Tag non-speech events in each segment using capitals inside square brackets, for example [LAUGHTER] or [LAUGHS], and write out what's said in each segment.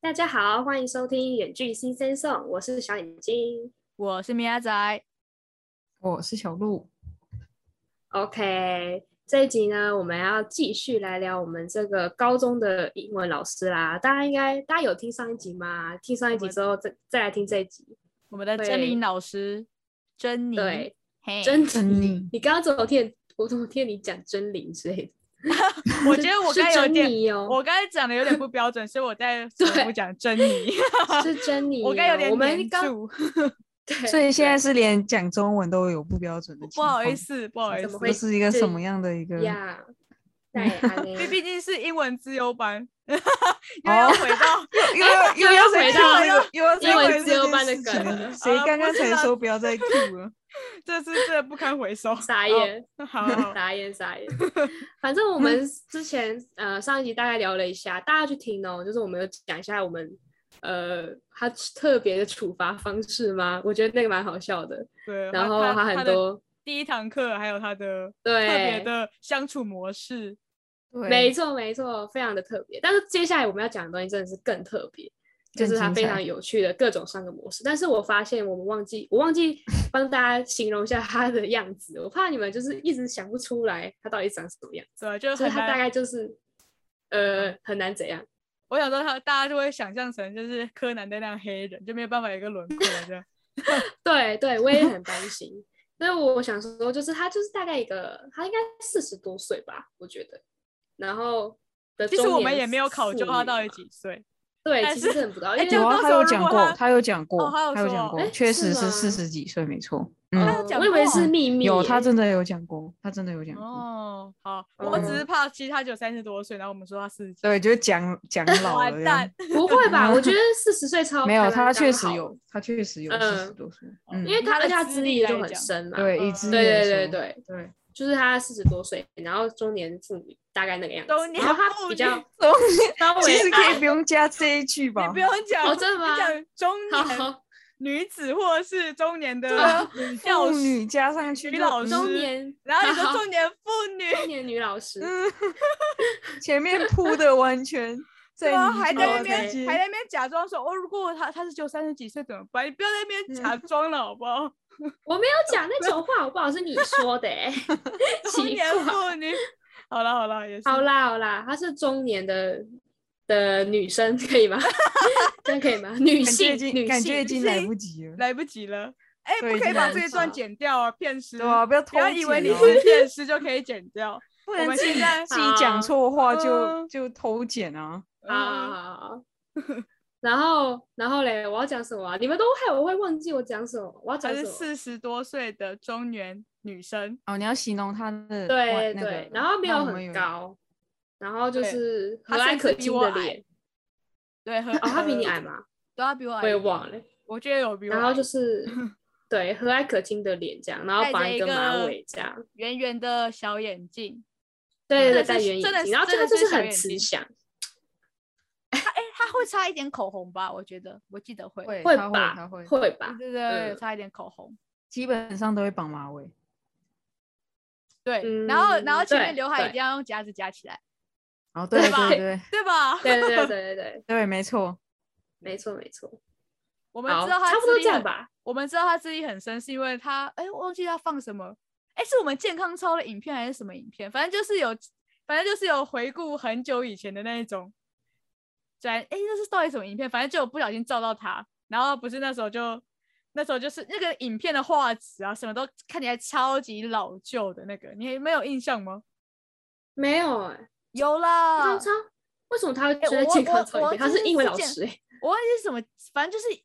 大家好，欢迎收听远距新生颂，我是小眼睛。我是米阿仔，我是小鹿， OK，这一集呢，我们要继续来聊我们这个高中的英文老师啦。大家应该，大家有听上一集吗？听上一集之后再再来听这一集。我们的对珍妮老师，珍妮，对，嘿，真珍妮你刚刚怎么听？我怎么听你讲真理之类的？ [LAUGHS] 我觉得我是刚才有珍点，妮哦，我刚才讲的有点不标准，所以我在对重复讲珍妮，是珍妮哦。 [LAUGHS] 我刚才有点我们黏刚住对，所以现在是连讲中文都有不标准的，不好意，思，不好意怎么思会，这是一个这什么样的一个？呀，那也还没 [LAUGHS] 因为毕竟是英文自 [LAUGHS] 由班，又哦要回到 [LAUGHS] 又要又要回再 Q 到这个，又要再英文回自这由件班的事梗情了谁啊刚不刚是才啦说不要再 Q 了？这次这不堪 [LAUGHS] 回首，傻眼。哦 [LAUGHS] 好好，傻眼傻 [LAUGHS] 眼。反正我们之前呃上一集大概聊了一下，大家去听哦，就是我们有讲一下我们呃他特别的处罚方式吗？我觉得那个蛮好笑的。对，然后他很。的多第一堂课还有他的特别对，的相处模式，没错没错，非常的特别。但是接下来我们要讲的东西真的是更特别。就更是它精非彩常有趣的各种上课模式，但是我发现我们忘记，我忘记帮大家形容一下它的样子，我怕你们就是一直想不出来它到底长什么样，对，就所以很它难嗯大概就是，呃，很难怎样。我想说他大家就会想象成就是柯南的那样黑人，就没有办法有一个轮廓这样。对对，我也很担心。所以我想说，就是他就是大概一个，他应该四十多岁吧，我觉得。然后的其实中我们年也没有考妇究他女到底嘛几岁，对，但其是实很不到，因哎为结有果啊，到他时候有如讲果过他，他有讲过，他有他有说讲哦过哎，确是实是吗四十几岁，没错，他嗯，有讲我以为过啊是秘密耶，有他真的有讲过，他真的嗯有讲过，哦，好，我只是怕，其实他只有三十多岁，然后我们说他四十几，对，就讲讲老了完这样蛋，，不会吧？ [LAUGHS] 我觉得四十岁超没有，台湾他确刚实好有，，他确实有嗯四十多岁，嗯因，为他他的而且他资资历历就来很讲深嘛。对，以嗯资历对来对对说对，对。就是他四十多岁，然后中年妇女大概那个样子中，年然后他妇比女较中稍微其实可以不用加这一句你吧不？用讲， [LAUGHS] 哦真的吗你讲 [LAUGHS] 中年好女子或者是中年的啊教妇师，女加上去女就，嗯老师中年，然后你说 [LAUGHS] 好中年妇女，中年女老师，嗯，前面铺的完 [LAUGHS] 全在然后你啊还在那哦边对还在那边假装说，哦，如果他他是只有三十几岁怎么办？你不要在那嗯边假装了，好不好？ [LAUGHS] [LAUGHS] 我没有讲那种话，好不好？是你说 [LAUGHS] 的、欸，中奇年怪。妇女。 [LAUGHS] 好了好了，也是好啦好啦，她是中年的的女生，可以吗？ [LAUGHS] 这样可以吗？感女觉性已，经女感觉已性，女经来性不及 [LAUGHS] 了。来不及了。哎、对不已可以经把来不这一及段了剪掉啊，骗师！对 [LAUGHS] 啊，不要偷不要以为你剪哦 [LAUGHS] 是骗师就可以剪掉。不我能们自己现在自己讲好错话就嗯就偷剪啊！好好嗯好好好然后然后嘞，我要讲什么啊？你们都害我会忘记我讲什么，我要她讲什是么？四十多岁的中年女生，哦，你要形容他的对外那对个，然后没让我们很高，然后就对是和她蔼甚可至比亲我的矮脸。对，和哦，[LAUGHS] 她比你矮呃吗？对，她比我矮我一也点，忘了。我觉得有比我矮。然后就是 [LAUGHS] 对和蔼可亲的脸这样，然后戴绑着一一个马个尾这 [LAUGHS] 样，圆圆的小眼镜，对对对，真的戴是圆眼真的镜，是然后真他的就是是小很眼慈睛祥，她会擦一点口红吧？我觉得，我记得 [LAUGHS] 会。会会他会吧他会，会 [LAUGHS] 吧？对对对，嗯擦一点口红。基本上都会绑马尾。对，然后然后嗯前面对刘海一对定要用夹子夹起来，哦，对吧对对对吧？对对对对对，对，没错。没错没错。我们好，知道他差不资多历这样很。吧。我们知道他资历很深，是因为他哎，我忘记他放什么，哎，是我们健康操的影片还是什么影片？反正就是有，反正就是有回顾很久以前的那一种。转哎，那是到底什么影片？反正就有不小心照到他，然后不是那时候就。那时候就是那个影片的画质啊，什么都看起来超级老旧的那个，你没有印象吗？没有哎，有啦康，超为什么他会啊哎觉得我健我康操我里面？他就是英文是老健师哎，我忘记是什么，反正就是，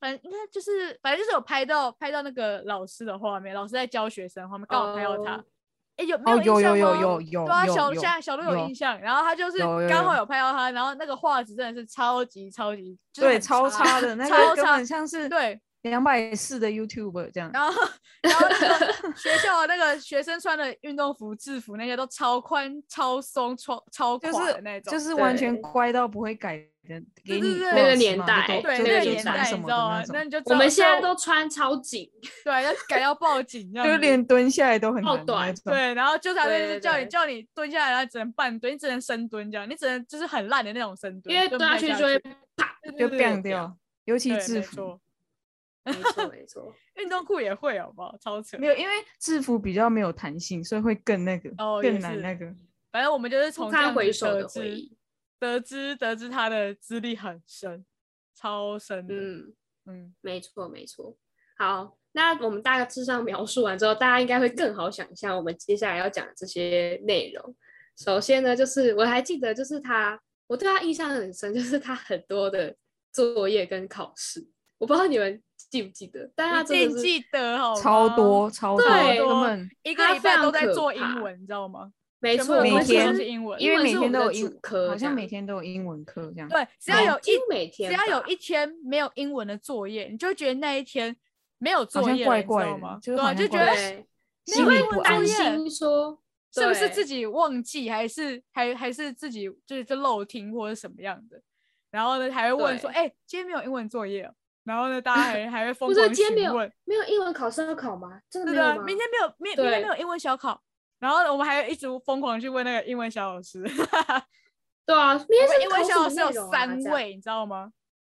反正应该就是，反正就是有拍到拍到那个老师的画面，老师在教学生的画面，刚好拍到他。哦哎、有没哦，有印有象有吗有有对啊，小有有现在小鹿有有印象，然后他就是有有刚好有有拍到他，然后那个画质真的是超级超级，就是对很超差差的那超个根差本像是 [LAUGHS] 对，两百四的 YouTube 这样。然后然后那个学校的那个学生穿的运动服制服那些都超宽、超松、超超就垮是的那种，就是完全对乖到不会改的，给你对对多少对那个尺年码代就多对就那个是就年穿代，什你么知的道那吗？种那你就知我道们现在就都穿超紧，对，要改到报警这样子，就连蹲下来都很好难的那短种。 [LAUGHS] 对，然后纠察队对就对是叫你对叫你蹲下来，然后只能半蹲，你只能深蹲这样，你只能就是很烂的那种深蹲，因为蹲蹲不下太去下就会去。啪就对变对掉，尤其对制没服，错嗯 [LAUGHS] 没错没错，运动裤也会好不好？超扯没。有，因为制服比较没有弹性，所以会更那个，哦也更难是那个。反正我们就是不从这样堪子回首得的回知忆。得知得知他的资历很深，超深的。嗯嗯，没错没错。好，那我们大致上描述完之后，大家应该会更好想象我们接下来要讲的这些内容。首先呢，就是我还记得，就是他，我对他印象很深，就是他很多的作业跟考试，我不知道你们记不记得，但他一真定的是记得好，超多，超多，对根本一个他礼非拜常都在可做怕英文，你知道吗？没全部错，的每我东们西其都天实是英文，因为文每是我天们都有的英主文科好这像每样天都有英文课这样。对，只要哦有几一乎每只天吧，要有一天没有英文的作业，你就会觉得那一天没有作像业了，怪你知怪道的吗？就对是啊，好就像觉怪得怪是对，心没里有不问安担题，心说不是自己己忘记，还是还还是自己就是就漏听或者什么样的？然后呢，还会问说：“哎、今天没有英文作业哦。”然后呢，大家 [LAUGHS] 还还会疯不是狂今天没询有问，没有英文考试要考吗？真的对没有吧？吗？明天没有明明天对没有英文小考，然后我们还一直疯狂去问那个英文小 [LAUGHS] 老师，对啊，明天我们是英文小考老什师么内有容啊三，这样位，你知道吗？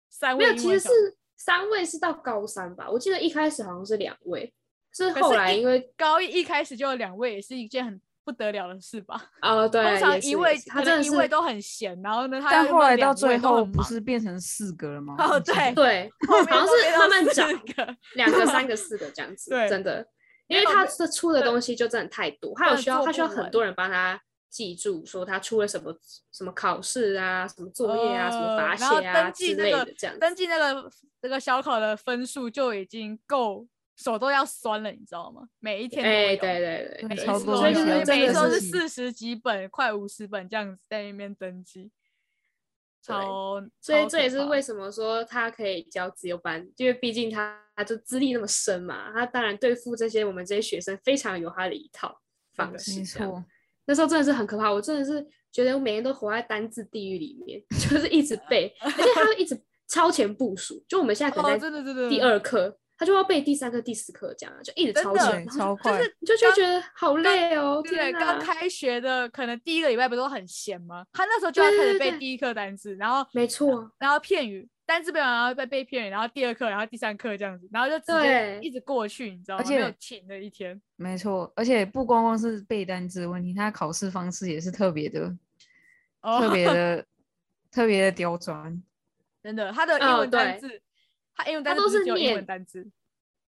三没位有，英其文实小老师是三位是到高三吧？我记得一开始好像是两位，是可后是来一因为高一一开始就有两位，也是一件很不得了的事吧？啊、对，通常也是一位也是他可真能的一是位都很闲，然后呢，他但要后来两到位最都很后不忙是变成四个了吗？哦 [LAUGHS] [LAUGHS] 我记得对对后面好像都是变到慢慢四长个两个、三个、四个这样子，对真的，因没为有他没这出的对东西就真的太多，他有真的需要做他需要不很完多人帮他记住，说他出了什么什么考试啊、什么作业啊、什么呃罚然后写啊登之记那类个的这样子。登记那个那个小考的分数就已经够手都要酸了，你知道吗？每一天都哎，有，对对真对的对，超多所以东西就是要真每的周做是是四十几本，快五十本这样子在那边登记，对超，所以超这可也是怕为什么说他可以教自由班，因为毕竟他他就资历那么深嘛，他当然对付这些我们这些学生非常有他的一套方的式。没这样错，那时候真的是很可怕，我真的是觉得我每天都活在单字地狱里面，就是一直 [LAUGHS] 背，而且他会一直超前部署。就我们现在可哦，能真在的真的第，二课，他就要背第三课、第四课这样，啊就一直真超的前对，，然后超快，你就就觉得好累哦，真的对，天刚哪！开学的可能第一个礼拜不都很闲吗？他那时候就要开对始对背对第一课单词，然后没错，然后片语单字背完，然后被被骗语，然后第二课，然后第三课这样子，然后就直接对一直过去，你知道吗？而且没有停的一天，没错，而且不光光是背单词的问题，他考试方式也是特别的、哦， [LAUGHS] 特别的、特别的刁钻。真的，他的英嗯文单对字，他英文他单字都不是是只有英念文单字，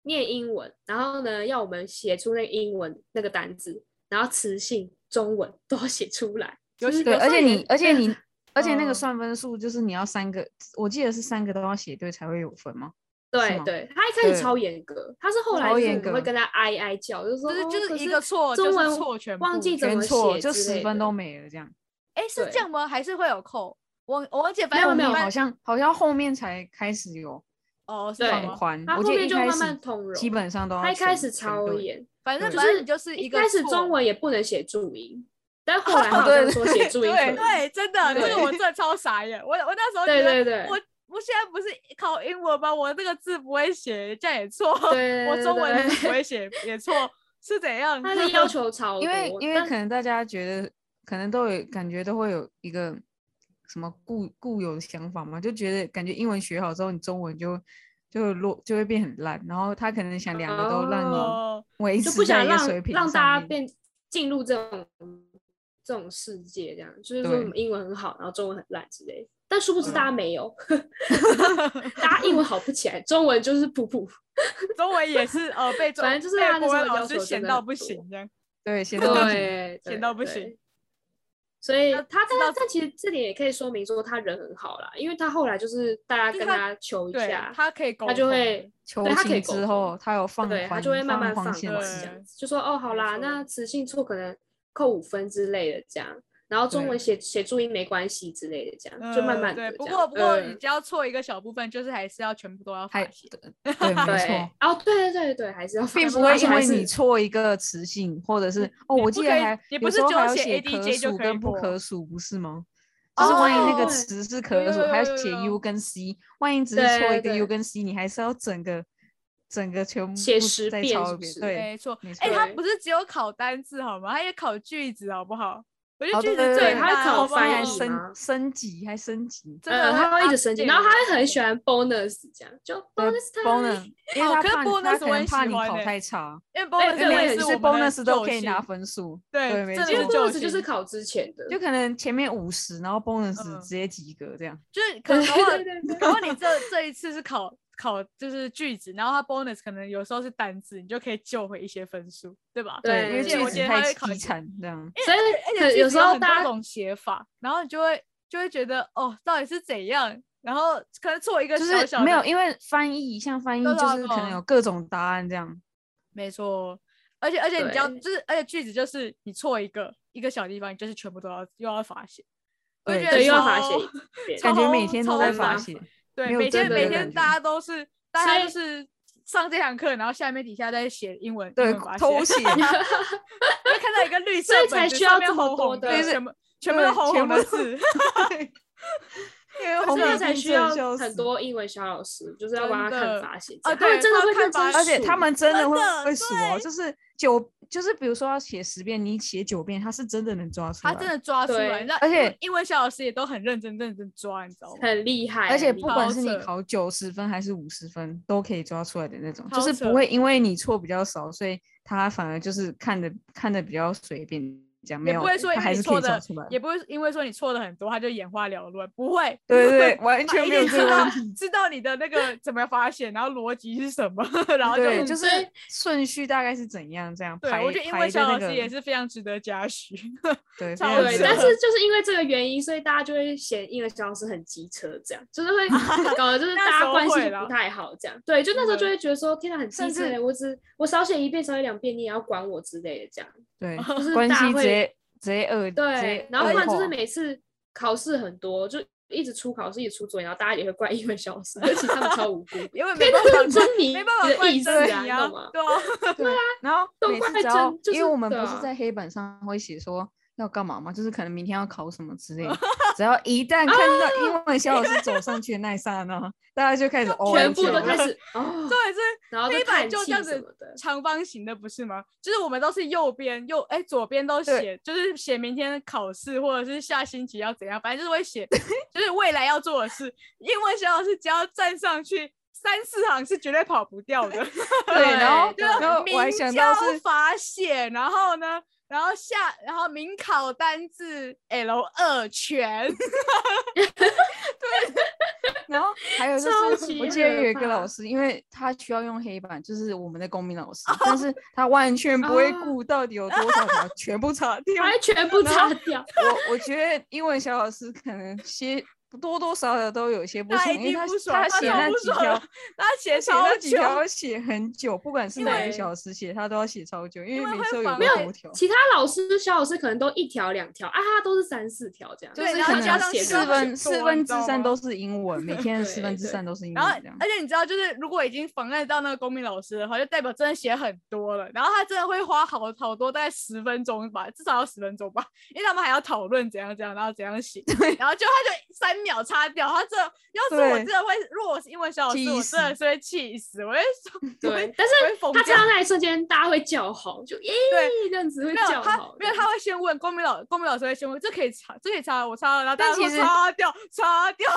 念英文，然后呢，要我们写出那个英文那个单字，然后词性中文都要写出来。尤其对，有时而候且也你，而且你，而且那嗯个算分数就是你要三个，我记得是三个都要写对才会有分吗？是对吗对，他一开对始超严格，他是哦后来超就是严我们会格跟他哀哀叫，就是说就是哦就是可一个错就中是文错全忘记部怎全么错写就之类十分的都没了这样。哎是对这样吗？还是会有扣？我我忘记了，没反有正我没们有班好像好像后面才开始有哦是对这放样吗？宽，他我后记得面一就开慢始慢通融基本上都要他一开全始全超对严，嗯反正对反正你就是一个开始错啊中文也不能写注音， [LAUGHS] 但后来他好对像说写注音可对以。对，真的，这对个我真的超傻眼。我我那时候觉对得，对对我我现在不是考英文吗？我这个字不会写，这样也错。对我对中文对字不会写也错，是怎样？他的要 [LAUGHS] 求超多，因为因为但可能大家觉得，可能都有感觉都会有一个什么固固有的想法嘛，就觉得感觉英文学好之后，你中文就就落就会变很烂，然后他可能想两个都让你哦，维就持不在想一个让水平让上大面家变进入这种这种世界，这样就是说对我们英文很好，然后中文很烂之类的。但殊不知嗯大家没有， [LAUGHS] 大家英文好不起来，中文就是普普。中文也是呃被中嗯反正就是被他那国时文候老要师求嫌真的到很不多行，这样对 [LAUGHS] 写到不行对，闲对到不对行所以那他但知道但其实这点也可以说明说他人很好啦，因为他后来就是大家就是跟他他求一对下，，他可以沟通他就会求对他可以情沟之通后，他有放对宽，他就会慢慢放放宽这限样制，对子，就说哦好没啦，错那词性错可能扣五分之类的这样，然后中对文写写注音没关系之类的这样，就慢嗯慢对。的不这过样。不过你嗯只要错一个小部分，就是还是要全部都要还罚对写。 [LAUGHS] 对没对错。，哦对对对对，还是要 [LAUGHS] 放嗯并心不会而且因还为是你错一个词性，或者是哦，我你嗯不记可得以还你不有是时候只有还有写写 ADJ 可就数可以跟不过可数，不是 [LAUGHS] 吗？就是万一那个哦词是有可数有，有还要有写有 U 跟 C，万一只是错对一个对 U 跟 C，你还是要整个整个全部写十再遍抄是一不哎遍。是对，没错没，哎、错他不是只有考单字好吗？他也考句子好不好？我就哦句对子对最对，他会难找好不好翻还译吗升升级，还升级。真的呃，他会一直安生气，静然后他会很喜欢 bonus 这样，就对 bonus time， bonus，因为哦他可是怕你，他 bonus 可我也能怕喜你欢考欸太差，因为对 bonus 我对也每每次是次我们的 bonus 都可以救拿星分数，对对没真的因为是错救 bonus 星，就是考之前的，就可能前面五十，然后 bonus 嗯直接及格这样。就是可对能搞不好 [LAUGHS] 对对对，如果你这这一次是考考就是句子，然后它 bonus 可能有时候是单字，你就可以救回一些分数，对吧？对因为而且句我子觉得他太会考凄虑惨这样。所而以且可句有子时候很多大家种写法，然后你就会就会觉得哦，到底是怎样？然后可能错一个就小是小没有，的因为翻译像翻译对就啊是对可啊能有各种答案这样，没错，而且而且你要对就是而且句子就是你错一个一个小地方，你就是全部都要又要罚写，我就对觉得对又要罚超写一遍，超 [LAUGHS] 感觉每天都在超发麻泄。对，没有每天真的每的天感大觉家都是大家就所是上这堂课，然后下面底下在写英文，英 [LAUGHS] 对文把它偷写写，我就看到一个绿色所以本才子需上要面这么红多红的的，对全部全部都对红全红部的都字，因为所红以领才巾需真的要笑很死多英文小老师，就是要真帮他的看罚写，他啊们对真的他会看认真罚数，而且他们真的真会的会数哦，就是九，就是比如说要写十遍，你写九遍，他是真的能抓出来。他真，的抓出来，对那而英文且英文小老师也都很认真认真抓，你知道吗？很厉害，而且很厉不害管是你超扯考九十分还是五十分，都可以抓出来的那种，就超是扯不会因为你错比较少，所以他反而就是看的看的比较随便，这样没也有，不会说他因还为你是可错以抓的出来，也。不会因为说你错的很多，他就眼花缭乱，不会，对不对会对，完他全一没有定这知个道问题。知道你的那个怎么发现，然后逻辑是什么，然后就对，嗯就是对顺序大概是怎样这样对，排。我觉得英排文的小老那师个也是非常值得嘉 [LAUGHS] 许。对，非超常好对，值笑 [LAUGHS] 但得是就是因为这个原因，所以大家就会嫌英文小老师很机车，这样就是会搞得就是那大时家候关系会就啦不太好，这样对，就那时候就会觉得说，天哪，很机甚车欸，至我只我少写一遍，少写两遍，你也要管我之类的，这样 [LAUGHS]，就是对，关大家系直会接直接恶直对接。然后恶不然就是化每次考试很多，就一直出考试，一直出作业，然后大家也会怪英文小老师，而且他们超无辜因为没对，办这法是真你没办法你的怪意思真啊，你你知啊道吗，？对啊， [LAUGHS] 对啊，然后都每次快只要真就因为是我们对不是啊在黑板上会写说要干嘛嘛，就是可能明天要考什么之 [LAUGHS] 类的。只要一旦看啊到英文小老师走上去的那一刹那，大家就开始 O 全部都开了始哦，对，这然后黑就板叹就这气样什子么的，长方形的，不是吗？就是我们都是右边右哎、左边都对写，就是写明天考试或者是下星期要怎样，反正就是会写， [LAUGHS] 就是未来要做的事。英文小老师只要站上去三四行是绝对跑不掉的。 [LAUGHS] 对， [LAUGHS] 然后对然后我还明想交到是法写，然后呢，然后下，然后明考单字 L 二全，然后还 [LAUGHS] 有就超是，级我记得有一可个老怕师，因为他需要用黑板，就是我们的公民老师，但是他完全不会啊顾到底有多少条，全部擦 [LAUGHS] 掉。还全部然擦后掉。我我觉得英文小老师可能些多多少少都有些不他爽，一因为定他不爽他他写超那不几爽条，他写写超那几久，条写很久，不管是因哪一为个小时写，他都要写超久，因因为为每会次都有反个馈头条。其他老师、小老师可能都一条两条啊，他都是三四条这样，就对是然可后加能上写四四上上去分去四多你分知之道三吗都是英文，每天的四分对之对三都是英然后文，嗯这样，而且你知道，就是如果已经妨碍到那个公民老师的话，就代表真的写很多了。然后他真的会花好好多，大概十分钟吧，至少要十分钟吧，因为他们还要讨论怎样怎样，然后怎样写，然后就他就三秒擦掉。他这要是我对真的会，如果我是英文小老师，气我真的死是会气死，我会 [LAUGHS] 说，我对会，但我是会疯他掉这。样那一瞬间，大家会叫好，就耶对这样子会没有叫他好，，没有他会先问公民老公民老师会先问，这可以擦，这可以擦，我擦了，然后大但家说其实擦掉，擦掉。 [LAUGHS]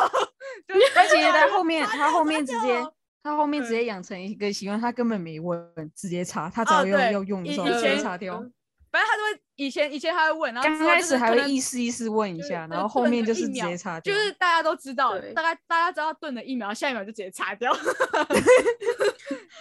就他其实擦在掉后面，擦他掉后擦面直掉哦接，他后面直对接养成一个习惯，他根本没问，直接擦，他只哦要用对要用的以时候以直接前擦掉。反正他都会以前以前他会问，然后刚之后开就始是还可会能意思意思问一就是下，那然后个后顿面个就一是直秒接擦就掉。是大家都知道，对大概大家知道顿了一秒，下一秒就直接擦掉，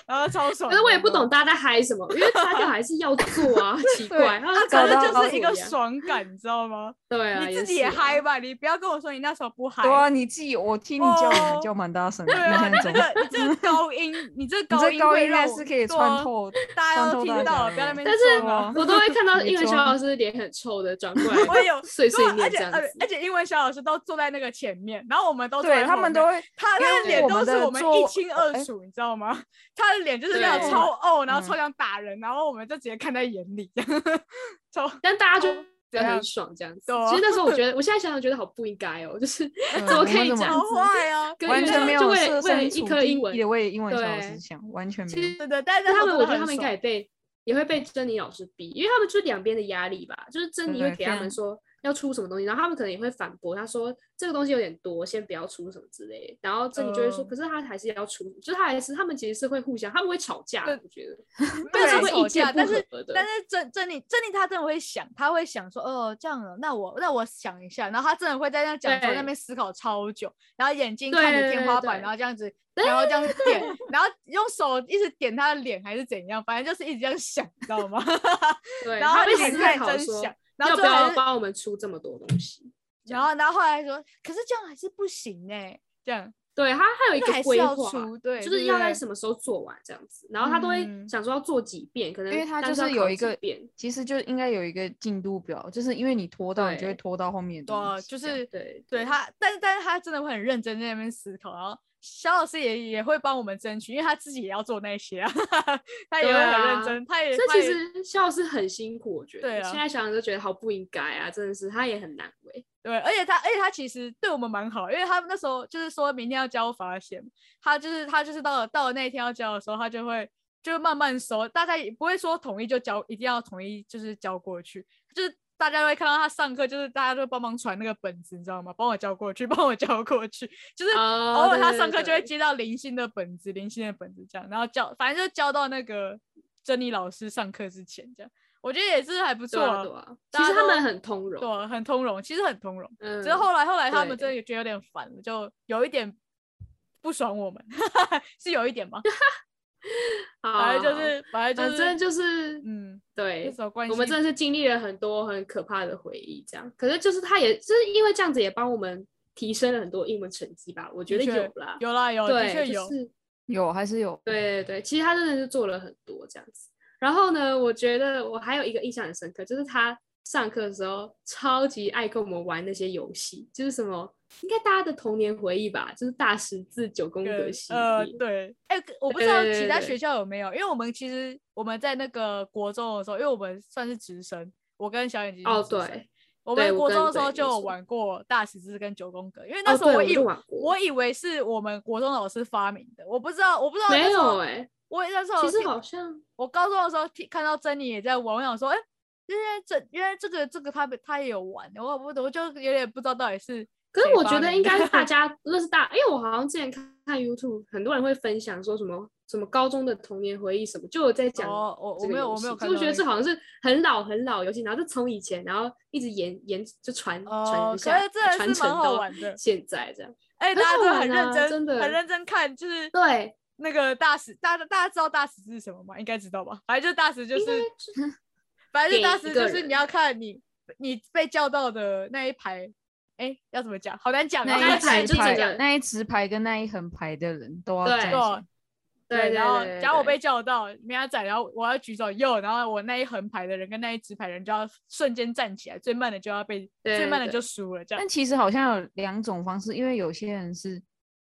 然后超爽的。可是我也不懂大家在嗨什么，因为擦掉还是要做 [LAUGHS] 啊，奇对怪，他你们知道搞吗，得搞他可能搞就是一个什么呀爽感，你知道吗？对啊，你自己也也是啊嗨，吧，你不要跟我说你那时候不嗨。对啊，你自己我听你叫你哦还叫蛮大声的，对印啊，象你这中。个你这个高音，你这你高这音高会音应该让我是可以对穿啊透， [LAUGHS] 大家穿都透听大得到，家不的要在那边但是装啊，我都会看到没英文错小老师脸很臭的转过来我也有碎对碎啊，而念且这样而子且而。且英文小老师都坐在那个前面，然后我们都坐对在他后们面都会他因他为的脸我都们是的我们一座清位二楚，你知道吗？他的脸就是哦哎那种对超呕，然后超嗯想打人，然后我们就直接看在眼里，这样嗯 [LAUGHS] 超但大家就哦觉得怎很样爽这样子。对啊其实那时候我 [LAUGHS] 觉得，我现在想想觉得好不应该哦，就是嗯怎么我可们以怎这么样好子？坏啊！跟完因为全没就有为设为了身一处颗地英文的为英文小老师对想，完全没其有实。嗯对对，但但是那他时们，候我觉得真的他很们应爽该也被也会被珍妮老师逼，因为他们就是两边的压力吧，就是珍妮会对给他非常们说要出什么东西，然后他们可能也会反驳，他说这个东西有点多，先不要出什么之类的。然后这个就会说，嗯可是他还是要出，就是他还是他们其实是会互相，他们会吵架，对我觉得，没有是人会吵意见架不但是合的。但是珍珍妮珍妮她真的会想，她会想说，哦，这样了，那我那我想一下，然后她真的会在那讲桌那对边思考超久，然后眼睛看着对天对花对板，然后这样子，然后这样子 [LAUGHS] 点，然后用手一直点她的脸还是怎样，反正就是一直这样想，你知道吗？对，然后他她们就一很直认在讨真说想，然后要不最后还要是帮我们出这么多东西。然后然后后来说，可是这样还是不行哎、这样对他还有一那还个是规要划，出，对，就对是要在对什么时候做完这样子，然后他都会嗯想说要做几遍，可能因为他单就要是有考一几个遍，其实就应该有一个进度表，就是因为你拖到，你就会对拖到后面的对啊，东西就这样。是对对他，但是但是他真的会很认真在那边思考，然后肖老师也也会帮我们争取，因为他自己也要做那些啊， [LAUGHS] 他也会对很认啊真，他也这他其也实肖老师很辛苦，我觉得。对啊现在想想都觉得好不应该啊，真的是他也很难为。对，而且他而且他其实对我们蛮好，因为他那时候就是说明天要交罚钱，他就是他就是到了到了那一天要交的时候，他就会就慢慢收，大家也不会说统一就交，一定要统一就是交过去，就是大家会看到他上课，就是大家都帮忙传那个本子，你知道吗？帮我交过去， [LAUGHS] 帮我交过去，就是哦偶尔对他对上课就会对接到零星的本子，零星的本子这样，然后交反正就交到那个珍妮老师上课之前这样，我觉得也是还不对错、啊，对啊，大其家实他们都很通对融。啊、很通融，其实很通融。嗯，只是后来后来他们对真的也觉得有点烦了，就有一点不爽我们， [LAUGHS] 是有一点吗？好反正就是反正哦反就是正就是，嗯，那对时，候关系我们真的是经历了很多很可怕的回忆，这样。可是就是他也就是因为这样子也帮我们提升了很多英文成绩吧，我觉得的确有啦，有啦有，的确对，有就，是有还是有，对对对，其实他真的是做了很多这样子。然后呢，我觉得我还有一个印象很深刻，就是他上课的时候超级爱跟我们玩那些游戏，就是什么，应该大家的童年回忆吧，就是大十字九宫格对系呃列。对，哎、我不知对道对其对他对学校有没有，因为我们其实我们在那个国中的时候，因为我们算是直升，我跟小眼睛哦，是直升对，，我对们我国跟中的时对候没就有错玩过大十字跟九宫格，因为那哦，时候对，我我以就玩过我，以为是我们国中老师发明的，我不知道，我不知道那没时候有哎，我那时候其实听好像我高中的时候听看到珍妮也在玩，我想说，哎、因为这因为这个这个她她也有玩，我不我就有点不知道到底是可是谁我发觉得明应的该是大家，那是大，因为我好像之前看看 YouTube，很多人会分享说什么什么高中的童年回忆什么，就有在讲哦我我这个没有游我没有戏看就我到觉得那这个好像是很老很老游戏，然后就从以前，然后一直延延就传哦传可下是来，这传是承蛮好到玩的现在这样。哎、很大家好真的玩很认啊真，真的很认真看，就是对，那个大使大家大家知道大使是什么吗？应该知道吧？反正就大使就应该是反正就给大一使个就是你人要看你你被叫到的那一排，哎、要怎么讲？好难讲啊，那要一一排看排就你整讲个那一直排跟那一横排的人都要对站对起啊来。对对然后对假如我对被叫到明仔仔，然后我要举手右，然后我那一横排的人跟那一直排的人就要瞬间站起来，最慢的就要被对最慢的对就输了，这样但其实好像有两种方式，因为有些人是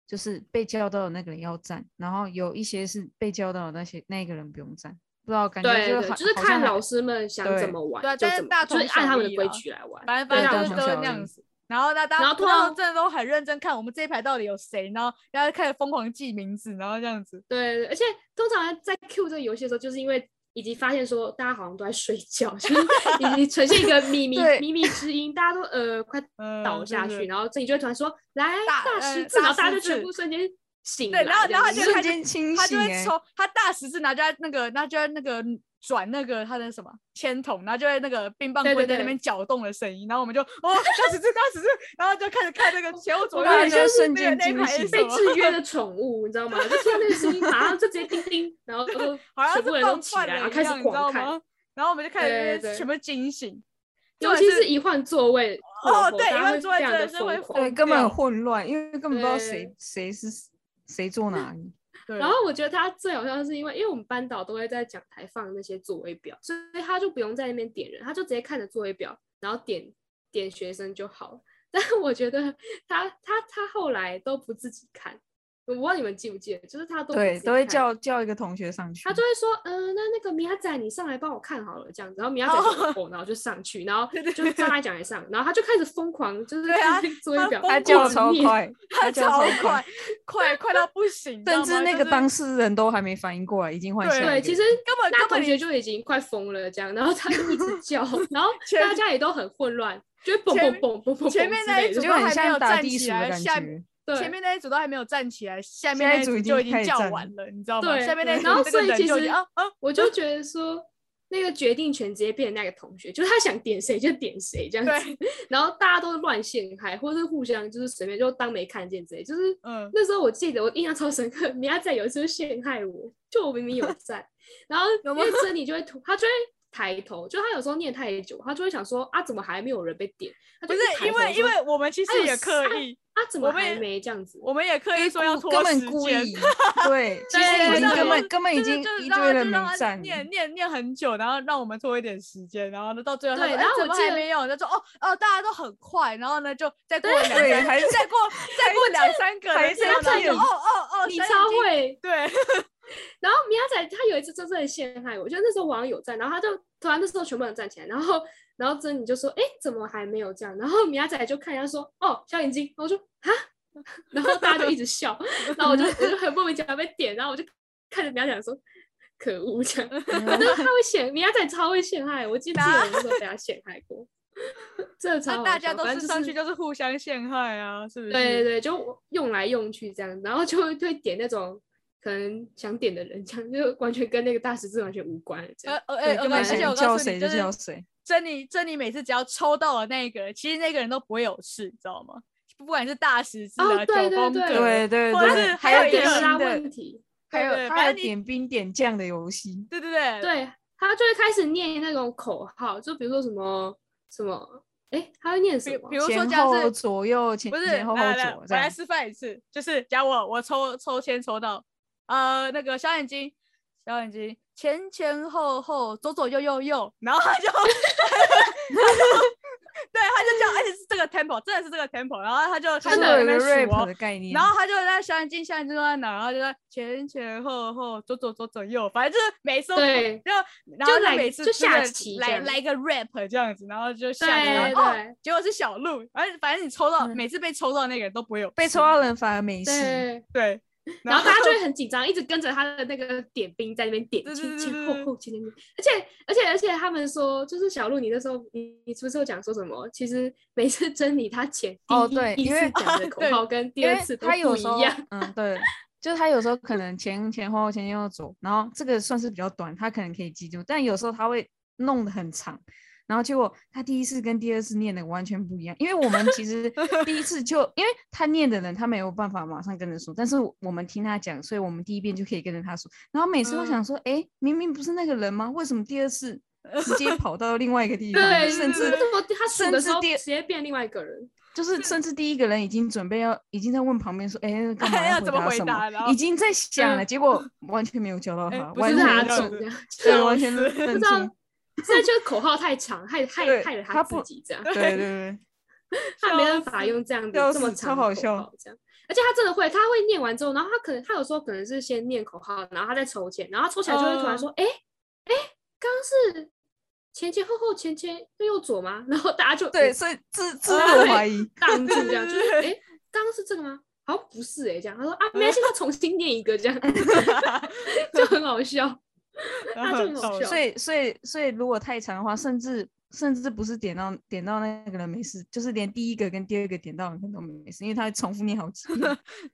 就是被叫到的那个人要站，然后有一些是被叫到的那些那个人不用站，不知道感觉对就对，好就是好像看还老师们想对怎么玩对啊就但是怎么大玩，就是同按小他们的异规啦矩来玩。反正对反正大就是同都是小那样异子。然后大家，然后通通常常真的都很认真看我们这一排到底有谁，然后然后开始疯狂记名字，然后这样子。对，而且通常啊在 Q 这个游戏的时候，就是因为已经发现说大家好像都在睡觉， [LAUGHS] 就是已经呈现一个靡靡对靡靡之音，大家都呃快嗯倒下对去，对然后自己就会突然说来大大呃十字，然后大大家十就字全部瞬间醒对来，然后然后这样就子开瞬间始清他就醒、会欸，抽，他大十字，然后就在那个，那就在那个转那个他的什么铅筒，然后就会那个冰棒对棍对在那对边搅动的声音，然后我们就哦 [LAUGHS] 大十字大十字，然后就开始看那个前后左我右感那觉个就是瞬那个间那一惊排是醒 [LAUGHS] 什被么制约的宠物，你知道吗？就听到那个声音，马上就直接叮叮，然后就 [LAUGHS] [LAUGHS] 好像全是部人都放起饭来，了然后一开样始你知道狂看吗，？然后我们就开对对始对全部惊醒，尤重其点是一换座位过哦后对大一家换会座位非常真的的是会疯疯狂对，。根本掉很混乱，因为根本不知道谁对谁是谁坐哪 [LAUGHS] 里。对然后我觉得他最好笑的是，因为因为我们班导都会在讲台放那些座位表，所以他就不用在那边点人，他就直接看着座位表，然后点点学生就好了。 [LAUGHS] 但是我觉得他他他后来都不自己看，我不知道你们记不记得，就是他都不对，自己都会看叫叫一个同学上去。他就会说，嗯、那那个米亚仔你上来帮我看好了，这样子。然后米亚仔哦就哦，然后就上去，然后对对就张来讲也上，然后他就开始疯狂，就是对啊看那个座位表，疯他狂叫一直超念 [LAUGHS] 快，他叫超超快，快快到不行，你知甚道吗至那就个是当事人都还没反应过来，已经换对下一个对，人。其实根本那根同本学你就已经快疯了这样，然后他就一直叫，然后全大家也都很混乱，就会前嘣嘣嘣嘣嘣，前面那一就组就都很还没有像打站地起鼠的来感下觉。对前面那一组都还没有站起来，下面下一那一组组已就经已开经始叫站完了，你知道吗？对下面那一对然后组这个所以人其就已实经啊啊，我就觉得说，那个决定权直接变成那个同学，就是他想点谁就点谁这样子， [LAUGHS] 然后大家都乱陷害，或是互相就是随便就当没看见之类。就是嗯，那时候我记得我印象超深刻，米亚仔有一次就陷害我，就我明明有在，然后有因吗 [LAUGHS] 为珍妮就会突，他就会。抬头，就他有时候念太久，他就会想说啊，怎么还没有人被点？他不就是一抬因头为因说为我们其他哎实有也刻三意，啊，怎么我们还也没这样子？我们也刻意说要拖根时本故间 [LAUGHS] 意，对，其实对已经对根对本根本已就是经就是一让堆他人就没让他站了， [LAUGHS] 念念念很久，然后让我们拖一点时间，然后呢到最后他对说哎然后怎我么记还得没有？他说哦哦大家都很快，然后呢就再过两对，三还是 [LAUGHS] 再过再过两三个还人在然后他就念哦哦哦你现在已超经会，对，然后米亚仔他有一次真正的陷害我，就那时候我好像有站，然后他就突然那时候全部人站起来，然后然后珍妮就说：“哎，怎么还没有这样？”然后米亚仔就看人家说：“哦，小眼睛。”然后我就啊，然后大家就一直笑，然后我就我就很莫名其妙被点，然后我就看着米亚仔说：“可恶！”这 [LAUGHS] 样，但是他会陷米亚仔超会陷害我，我记得记得我那时候被他陷害过， [LAUGHS] 真的超那好大家笑都反是正上就去就是互相陷害啊，是不是？对对对，就用来用去这样，然后就会就会点那种可能想点的人，这样就完全跟那个大十字完全无关了。这呃样，呃对呃，根而本且想我叫告诉你，谁就就是叫谁。珍妮，珍妮每次只要抽到了那一个人，其实那个人都不会有事，你知道吗？不管是大十字哦啊、对九对宫对格，对对或者对是还有有一点个点心拉的问题，还有对他反还正你点兵点将的游戏，对对对，对他就会开始念那种口号，就比如说什么什么，哎，他会念什比么比？如说前像后是左右前不是前后后来来，左我这来样。示范一次，就是假如我我抽抽签抽到呃那个小眼睛，小眼睛前前后后左左右右右，然后他就。他就 [LAUGHS] 对，他就叫，而且是这个 tempo，真的是这个 tempo，然后他就它开真始有的在一那个边数 rap 哦的，概念，然后他就在小眼睛，小眼睛就在哪，然后就在前前后后左左左左右，反正就是每次都对就然后来每次就真的下棋这来样来一个 rap 这样子，然后就对下棋，然后哦，对结果是小鹿，而反正你抽到、嗯每次被抽到那个人都不会有被事抽到人反而没事。对，对，然后嗯他大 [LAUGHS] 家就会很紧张，一直跟着他的那个点兵在那边点对对前对前对后对后前前前，而且而且而且他们说，就是小鹿，你那时候你你是不是有讲说什么？其实每次珍妮她前第哦一对第一因为次讲的口对号跟第因二为次都他有不时一候 [LAUGHS] 样，，嗯，对，就他有时候可能前前后后前前后后左，然后这个算是比较短，他可能可以记住，但有时候他会弄得很长，然后结果他第一次跟第二次念的完全不一样，因为我们其 [LAUGHS] 实第一次就因为他念的人他没有办法马上跟着说，但是我们听他讲，所以我们第一遍就可以跟着他说，然后每次都嗯想说，哎、明明不是那个人吗？为什么第二次直 [LAUGHS] 接跑到另外一个地方，对，甚就至是怎么他数甚的至时候第直接变另外一个人，就是甚至第一个人已经准备要，已经在问旁边说：“哎、干嘛要怎么回答回什答么？”然后已经在想了，嗯结果完全没有教到哎他，不不完是全没他有中中 [LAUGHS] 这样，对， [LAUGHS] 笑完死全不分知清道。，现在就是口号太长，害害对害了他自不己这样。对对对，他没办笑法死用这样子笑这么死长的超好口笑号这样，而且他真的会，他会念完之后，然后他可能他有时候可能是先念口号，然后他再抽签，然后他抽起来就会突然说，嗯哎哎、刚刚是前前后后前前右右左吗？然后大家就对，嗯所以自自 [LAUGHS] 我怀疑，挡住这样，就是对哎，诶刚刚是这个吗？好像不是哎、这样，他说啊，没关嗯系，他重新念一个这样， [LAUGHS] 就很 [LAUGHS] 好笑。然就后哦很好走笑了所以所以所以如果太长的话，甚至甚至不是点到点到那个人没事，就是连第一个跟第二个点到的人都没事，因为他会重复念好几遍，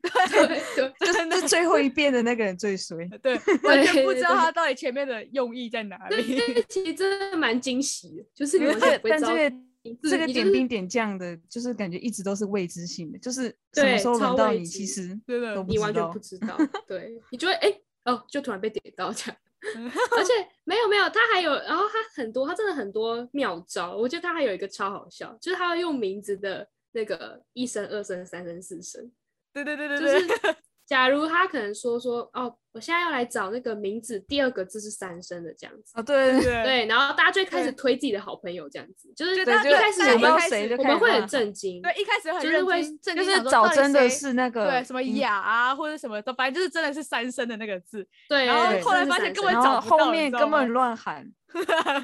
对对就是那最后一遍的那个人最衰。 [LAUGHS] 对，完全对不知道对他到底前面的用意在哪对，里。这个其实真的蛮惊喜的，就是你这完全个不会但知道这个你自这个你点就是兵点将的，就是感觉一直都是未知性的，就是什么对时候超轮到未你，其知实真的都不你知完全道不知道，对你就会哎、哦，就突然被点到这样嗯。而且没有没有，他还有，然后他很多，他真的很多妙招。我觉得他还有一个超好笑，就是他会用名字的那个一声、二声、三声、四声，对 [LAUGHS] 对对就对对，是假如他可能说说哦，我现在要来找那个名字第二个字是三声的这样子，啊，对对哦 [LAUGHS] 对，对，然后大家就会开始对推自己的好朋友这样子，就是就一大家开始大家想我一到们开谁始嗯就我开们始会很骂震惊，对，一开始很就是认会真，正就经是想说找到底真的谁是那个嗯对什么音雅啊，或者什么的，反正就是真的是三声的那个字。对，然后对后来真的是发三现根声本然找后不到后你面知道根吗本乱喊，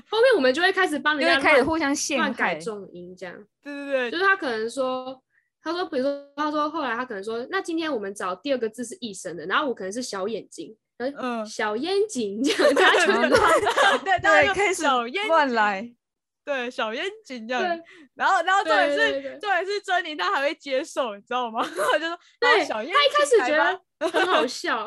后面我们就会开始帮就人会家开始乱互相乱陷改害，重音这样。对对就对，是他可能说，他说，比如说，他说后来他可能说，那今天我们找第二个字是一声的，然后我可能是小眼睛，呃然后嗯，小眼睛这样，他就然后是乱对，大 [LAUGHS] 家对就开始小烟乱来，对，小烟警这样对。然后，然后重点对对是，对重点是珍妮她还会接受，你知道吗？ [LAUGHS] 我就说，然后对，小他烟一开警始来觉吧得很好笑，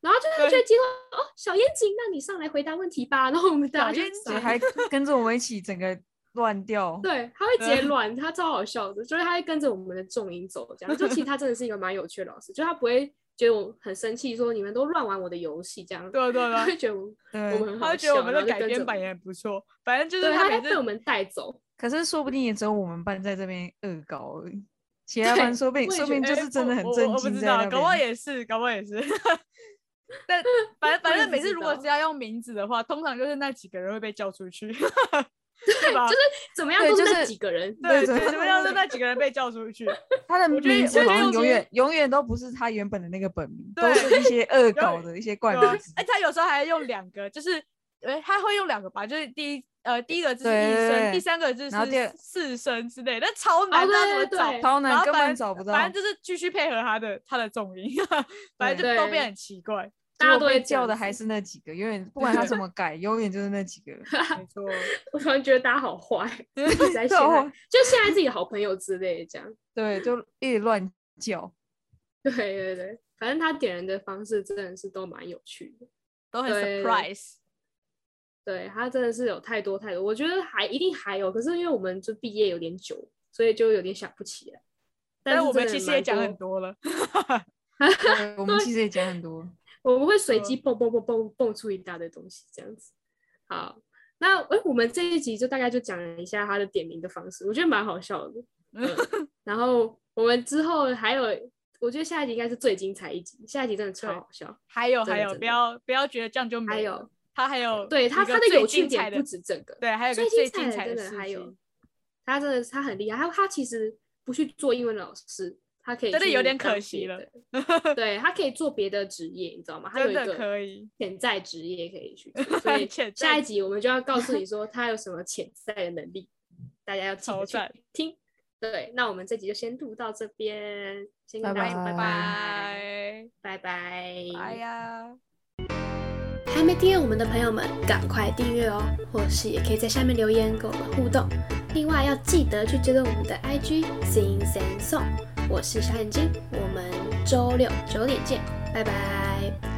然后就对是觉得结果哦，小眼睛，那你上来回答问题吧。然后我们大家小就眼傻对眼还跟着我们一起整个乱掉。对，他会直接嗯乱，他超好笑的，就是他会跟着我们的重音走，这样。就其实他真的是一个蛮有趣的老师，就他不会觉得我很生气，说你们都乱玩我的游戏这样，对啊对啊他对会觉得我对我，们很啊，他好就觉笑，得我们然的后就改跟编着版我们也不错，反正就是对，他他每会次被我们带走，可是说不定也只有我们班在这边恶搞而已，其他班对说不定我也说不觉定得就哎是真的我很我震我不惊知在道，那搞不好边。也是，搞不好也是。 [LAUGHS] 但反 [LAUGHS] 我正反也正不每次知如果道只要用名字的话，通常就是那几个人会被叫出去， [LAUGHS] 对吧？怎么样对都是就那是几个人，对对怎对，么怎么样？样就那几个人被叫出去，他的我觉得名字我觉好像得有永些远永远都不是他原本的那个本名，都对是一 [LAUGHS] 些恶远搞的一些对怪 [LAUGHS] 吧名啊字？。哎，他有时候还用两个，就是哎，他会用两个吧，就是第一呃第一个字是对一对声，第对三个字是然后第二四声之类的，那超难，对那怎么哦对找？对超然难，后根反本正找不到。反正就是继续配合他的他的重音， [LAUGHS] 反正就对都变很奇怪。 [LAUGHS] 大家结果都被会这叫样的还子是那几个，永 [LAUGHS] 远不管他怎么改，永远就是那几个。没错，我突然觉得大家好坏， [LAUGHS] 一直在陷对害我，就陷害自己的好朋友之类这样。对，就一直乱 [LAUGHS] 叫。对对对，反正他点人的方式真的是都蛮有趣的。都很对 surprise。对他真的是有太多太多，我觉得还一定还有，可是因为我们就毕业有点久，所以就有点想不起来。但是我们真的其实蛮也讲很多，多了，对我们其实也讲很多，我们会随机嗯蹦蹦蹦蹦蹦出一大堆东西这样子。好，那哎、诶我们这一集就大概就讲了一下他的点名的方式，我觉得蛮好笑 [LAUGHS] 的。嗯然后我们之后还有，我觉得下一集应该是最精彩一集，下一集真的超对好笑。还有真还的有，真不的要不要觉得这样就没还了有，他还有对他一个他的最有趣精彩点的不止这个，对，还有一最个最精精彩彩的真事的还有情，，他真的是他很厉害，他他其实不去做英文老师，他可以真的有去点可当惜别了 [LAUGHS] 的对他可以做别的职业，你知道吗？他有真一的个可以。潜在职业可以去 [LAUGHS] 做，所以潜在下一集我们就要告诉 [LAUGHS] 你说他有什么潜在的能力，大家要记超得去赞听。对，那我们这集就先录到这边，先拜跟大家说拜拜拜，拜拜拜，哎拜呀！还没订阅我们的朋友们，赶快订阅哦！或是也可以在下面留言跟我们互动。另外要记得去追踪我们的 IG Sing Sing Song，我是小眼睛，我们周六九点见，拜拜。